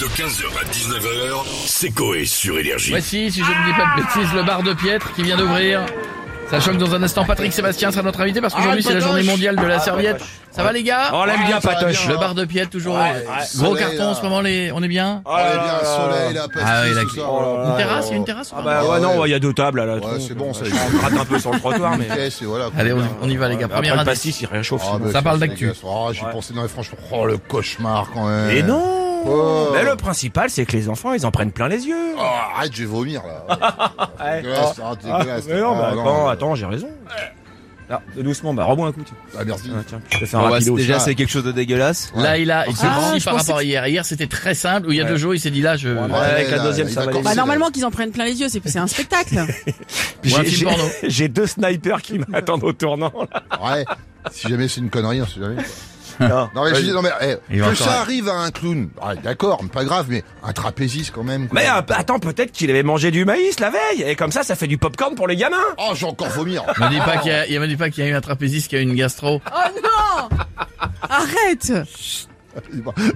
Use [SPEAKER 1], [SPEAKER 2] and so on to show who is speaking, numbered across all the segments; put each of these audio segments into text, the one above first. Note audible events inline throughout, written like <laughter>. [SPEAKER 1] De 15h à 19h, c'est Coé sur Énergie.
[SPEAKER 2] Voici, si je ne dis pas de bêtises, le bar de Piètre qui vient d'ouvrir. Sachant que dans un instant, Patrick Sébastien sera notre
[SPEAKER 3] Ah,
[SPEAKER 2] invité parce qu'aujourd'hui c'est la journée mondiale de la serviette. Ça va les gars
[SPEAKER 3] On
[SPEAKER 4] Ah,
[SPEAKER 3] l'aime Oh, bien, Patoche.
[SPEAKER 2] Le bar de Piètre toujours euh, gros
[SPEAKER 4] soleil,
[SPEAKER 2] carton
[SPEAKER 4] là.
[SPEAKER 2] en ce moment. Les... On est bien
[SPEAKER 4] Oh, il y a bien un soleil, la pastille,
[SPEAKER 2] Ah ouais, la-
[SPEAKER 4] tout ça.
[SPEAKER 3] Oh là là.
[SPEAKER 2] Une terrasse, il y a une terrasse ou
[SPEAKER 3] Ah
[SPEAKER 2] pas
[SPEAKER 3] bah
[SPEAKER 4] Ah
[SPEAKER 3] ouais,
[SPEAKER 4] ouais.
[SPEAKER 3] non, ouais, il y a deux tables là.
[SPEAKER 4] Ouais, c'est bon, ça y est.
[SPEAKER 3] On gratte un peu sur le trottoir, mais.
[SPEAKER 4] <laughs> Ok, c'est voilà.
[SPEAKER 2] Allez, on y, on y va les gars.
[SPEAKER 3] Après
[SPEAKER 2] Première
[SPEAKER 3] le
[SPEAKER 2] indice.
[SPEAKER 3] pastis, il réchauffe.
[SPEAKER 4] Ah,
[SPEAKER 3] sinon.
[SPEAKER 4] bah,
[SPEAKER 2] Ça
[SPEAKER 4] c'est-
[SPEAKER 2] parle
[SPEAKER 4] c'est
[SPEAKER 2] d'actu.
[SPEAKER 4] dégueulasse. Oh, j'y
[SPEAKER 3] Ouais.
[SPEAKER 4] pensais, non, mais franchement, oh, le cauchemar quand même.
[SPEAKER 3] Et non
[SPEAKER 4] Oh.
[SPEAKER 3] Mais le principal, c'est que les enfants, ils en prennent plein les yeux.
[SPEAKER 4] Oh, arrête, je vais vomir, là.
[SPEAKER 3] Ouais.
[SPEAKER 4] Dégueulasse, ah,
[SPEAKER 3] Ah, ah,
[SPEAKER 4] dégueulasse.
[SPEAKER 3] mais non,
[SPEAKER 4] Ah,
[SPEAKER 3] bah,
[SPEAKER 4] non,
[SPEAKER 3] attends,
[SPEAKER 4] mais-
[SPEAKER 3] attends, j'ai raison. Là, doucement, bah, rebois un coup. tiens.
[SPEAKER 4] Ah, merci.
[SPEAKER 3] Ah, tiens, je te fais un
[SPEAKER 5] Bon, bah,
[SPEAKER 3] rapido. Ah.
[SPEAKER 5] déjà,
[SPEAKER 4] ça.
[SPEAKER 5] c'est quelque chose de dégueulasse.
[SPEAKER 2] Là, il a, il s'est
[SPEAKER 6] Ah,
[SPEAKER 2] dit
[SPEAKER 6] je
[SPEAKER 2] par
[SPEAKER 6] pensais
[SPEAKER 2] rapport à
[SPEAKER 6] que-
[SPEAKER 2] hier. Hier, c'était très simple. Où il y a deux jours, il s'est dit là, je.
[SPEAKER 3] Ouais,
[SPEAKER 2] Ou
[SPEAKER 3] avec la
[SPEAKER 4] là,
[SPEAKER 3] deuxième,
[SPEAKER 4] il
[SPEAKER 3] ça
[SPEAKER 4] va
[SPEAKER 3] va aller.
[SPEAKER 4] commencer,
[SPEAKER 6] Bah
[SPEAKER 4] là.
[SPEAKER 6] normalement qu'ils en prennent plein les yeux, c'est c'est
[SPEAKER 2] <laughs>
[SPEAKER 6] un spectacle.
[SPEAKER 2] un
[SPEAKER 3] J'ai-
[SPEAKER 2] film
[SPEAKER 3] j'ai-
[SPEAKER 2] porno.
[SPEAKER 3] <laughs> J'ai deux snipers qui m'attendent au tournant. là.
[SPEAKER 4] Ouais. Si jamais c'est une connerie, on sait jamais. Non, mais je dis, non, mais, eh,
[SPEAKER 2] Il va
[SPEAKER 4] que
[SPEAKER 2] encore-
[SPEAKER 4] ça arrive à un clown. Ah, d'accord, mais pas grave, mais un trapéziste quand même. quoi.
[SPEAKER 3] Mais euh, attends, peut-être qu'il avait mangé du maïs la veille, et comme ça, ça fait du popcorn pour les gamins.
[SPEAKER 4] Oh, j'ai encore vomir. <laughs>
[SPEAKER 2] Me dis pas qu'il y a, il me dit pas qu'il y a eu un trapéziste qui a eu une gastro.
[SPEAKER 6] oh non Arrête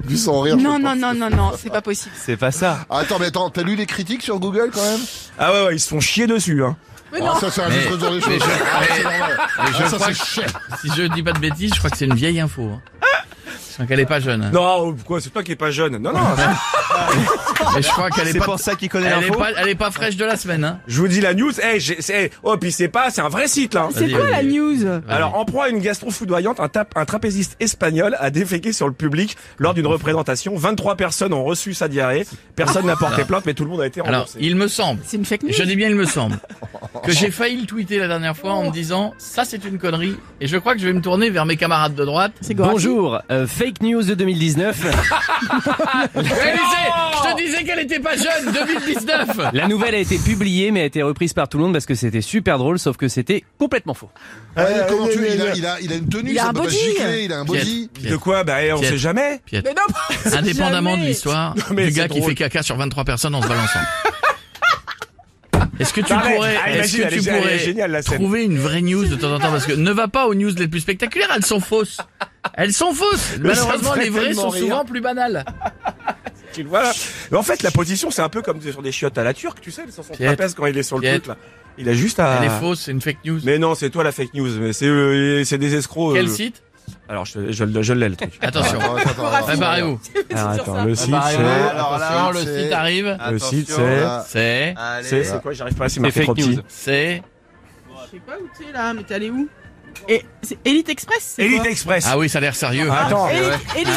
[SPEAKER 4] Vu son rire. je
[SPEAKER 6] Non,
[SPEAKER 4] pense.
[SPEAKER 6] non, non, non, non, c'est pas possible.
[SPEAKER 5] C'est pas ça.
[SPEAKER 4] Attends, mais attends, t'as lu les critiques sur Google quand même
[SPEAKER 3] Ah ouais, ouais, ils se font chier dessus. Hein.
[SPEAKER 6] Mais
[SPEAKER 4] Ah,
[SPEAKER 6] non
[SPEAKER 4] Ça, c'est un
[SPEAKER 2] Mais-
[SPEAKER 4] autre genre de
[SPEAKER 2] mais
[SPEAKER 4] choses.
[SPEAKER 2] je-
[SPEAKER 4] Ah, c'est normal.
[SPEAKER 2] je
[SPEAKER 4] Ah, ça,
[SPEAKER 2] crois
[SPEAKER 4] c'est
[SPEAKER 2] que-
[SPEAKER 4] cher.
[SPEAKER 2] Si je dis pas de bêtises, je crois que c'est une vieille info. hein. Je crois qu'elle est pas jeune. hein.
[SPEAKER 3] Non, pourquoi C'est toi qui es pas jeune. Non, non.
[SPEAKER 2] Et je crois qu'elle est
[SPEAKER 5] C'est
[SPEAKER 2] pas.
[SPEAKER 5] pour ça qu'il connaît
[SPEAKER 2] Elle est
[SPEAKER 5] l'info.
[SPEAKER 2] pas, elle est pas fraîche de la semaine. Hein.
[SPEAKER 3] Je vous dis la news. Eh, j'ai- c'est- oh, puis c'est pas, c'est un vrai site là.
[SPEAKER 6] C'est
[SPEAKER 2] Vas-y,
[SPEAKER 6] quoi la
[SPEAKER 2] vas-y.
[SPEAKER 6] news
[SPEAKER 2] Vas-y.
[SPEAKER 3] Alors, en proie à une gastro foudroyante, un, tap- un trapéziste espagnol a déféqué sur le public lors d'une représentation. 23 personnes ont reçu sa diarrhée. Personne n'a porté plainte, mais tout le monde a été
[SPEAKER 2] Alors,
[SPEAKER 3] remboursé.
[SPEAKER 2] il me semble.
[SPEAKER 6] C'est une fake news
[SPEAKER 2] Je dis bien, il me semble que j'ai failli le tweeter la dernière fois en me disant ça c'est une connerie et je crois que je vais me tourner vers mes camarades de droite.
[SPEAKER 6] C'est Gorati
[SPEAKER 7] Bonjour, euh, fake news de 2019.
[SPEAKER 2] Je te disais, je
[SPEAKER 6] Oh
[SPEAKER 2] te disais qu'elle était pas jeune, 2019.
[SPEAKER 7] La nouvelle a été publiée mais a été reprise par tout le monde parce que c'était super drôle sauf que c'était complètement faux.
[SPEAKER 4] Ah, mais comment tu- il a- il a- il a une tenue,
[SPEAKER 6] Il a
[SPEAKER 4] ça
[SPEAKER 6] un
[SPEAKER 4] peut pas
[SPEAKER 6] body.
[SPEAKER 4] gicler, il a un body.
[SPEAKER 2] Piet,
[SPEAKER 3] De
[SPEAKER 2] Piet,
[SPEAKER 3] quoi Bah, eh, on
[SPEAKER 2] Piet.
[SPEAKER 3] sait jamais.
[SPEAKER 6] Mais non
[SPEAKER 2] <laughs> Indépendamment de
[SPEAKER 6] Jamais.
[SPEAKER 2] l'histoire
[SPEAKER 3] mais
[SPEAKER 2] du
[SPEAKER 3] c'est
[SPEAKER 2] gars qui
[SPEAKER 3] drôle.
[SPEAKER 2] fait caca sur 23 personnes en se balançant. Est-ce que tu
[SPEAKER 3] Non, mais,
[SPEAKER 2] pourrais,
[SPEAKER 3] ah,
[SPEAKER 2] est-ce
[SPEAKER 3] imagine,
[SPEAKER 2] que
[SPEAKER 3] elle
[SPEAKER 2] tu
[SPEAKER 3] est- elle est
[SPEAKER 2] pourrais
[SPEAKER 3] géniale, la scène.
[SPEAKER 2] trouver une vraie news de temps en temps parce que ne va pas aux news les plus spectaculaires, elles sont fausses. Elles sont fausses.
[SPEAKER 3] Mais ça me
[SPEAKER 2] Malheureusement,
[SPEAKER 3] ferait
[SPEAKER 2] les vraies
[SPEAKER 3] tellement
[SPEAKER 2] sont
[SPEAKER 3] rire.
[SPEAKER 2] souvent plus banales.
[SPEAKER 3] Tu le vois là. Mais en fait, la position, c'est un peu comme sur des chiottes à la turque, tu sais, sur son
[SPEAKER 2] Piet.
[SPEAKER 3] trapèze quand il est sur le
[SPEAKER 2] Piet.
[SPEAKER 3] truc là. Il a juste à.
[SPEAKER 2] Elle est fausse, c'est une fake news.
[SPEAKER 3] Ah. Mais non, c'est toi la fake news. Mais c'est euh, c'est des escrocs. euh.
[SPEAKER 2] Quel site
[SPEAKER 3] Alors, je, je, le- je l'ai le truc.
[SPEAKER 2] Attention.
[SPEAKER 4] Attends, attends, attends, attends.
[SPEAKER 2] Préparez-vous.
[SPEAKER 3] Ah,
[SPEAKER 6] C'est sur
[SPEAKER 3] attends,
[SPEAKER 6] ça. bah, euh,
[SPEAKER 3] le site,
[SPEAKER 4] pareil,
[SPEAKER 3] c'est.
[SPEAKER 4] ouais.
[SPEAKER 5] Alors là,
[SPEAKER 2] Quand le
[SPEAKER 4] c'est-
[SPEAKER 2] site arrive,
[SPEAKER 3] Le
[SPEAKER 5] attention,
[SPEAKER 3] site, c'est-
[SPEAKER 5] là.
[SPEAKER 2] c'est,
[SPEAKER 5] Allez.
[SPEAKER 3] C'est c'est quoi J'arrive pas à c'est
[SPEAKER 5] C'est
[SPEAKER 3] marqué
[SPEAKER 5] fake
[SPEAKER 3] trop petit.
[SPEAKER 5] news.
[SPEAKER 2] c'est.
[SPEAKER 6] Je sais pas où t'es là, mais t'es allé où Et c'est Elite Express c'est
[SPEAKER 3] Elite
[SPEAKER 6] quoi
[SPEAKER 3] Express.
[SPEAKER 2] Ah oui, ça a l'air sérieux.
[SPEAKER 3] Attends.
[SPEAKER 6] Elite, Elite,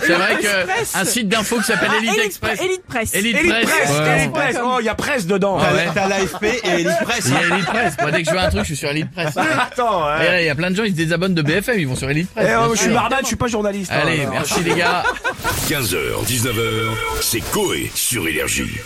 [SPEAKER 2] C'est vrai
[SPEAKER 6] Express.
[SPEAKER 2] que un site d'info qui s'appelle
[SPEAKER 6] Ah,
[SPEAKER 2] Ah. Elite Express.
[SPEAKER 6] Elite Press.
[SPEAKER 2] Elite
[SPEAKER 3] Elite
[SPEAKER 2] Press.
[SPEAKER 3] Press,
[SPEAKER 2] Ouais.
[SPEAKER 3] Elite Press. Oh, il y a Press dedans.
[SPEAKER 2] Ah ouais.
[SPEAKER 5] T'as l'AFP et Elite Press.
[SPEAKER 2] Il y a Elite Press. Moi, dès que je veux un truc, je suis sur Elite Press.
[SPEAKER 3] <laughs> Attends, hein.
[SPEAKER 2] Et là, il y a plein de gens, ils se désabonnent de BFM, ils vont sur Elite Press.
[SPEAKER 3] Eh,
[SPEAKER 2] bien
[SPEAKER 3] oh, je suis
[SPEAKER 2] sûr.
[SPEAKER 3] barman, je suis pas journaliste. hein.
[SPEAKER 2] Allez, merci les gars.
[SPEAKER 1] 15h, 19h, c'est Coé sur Énergie.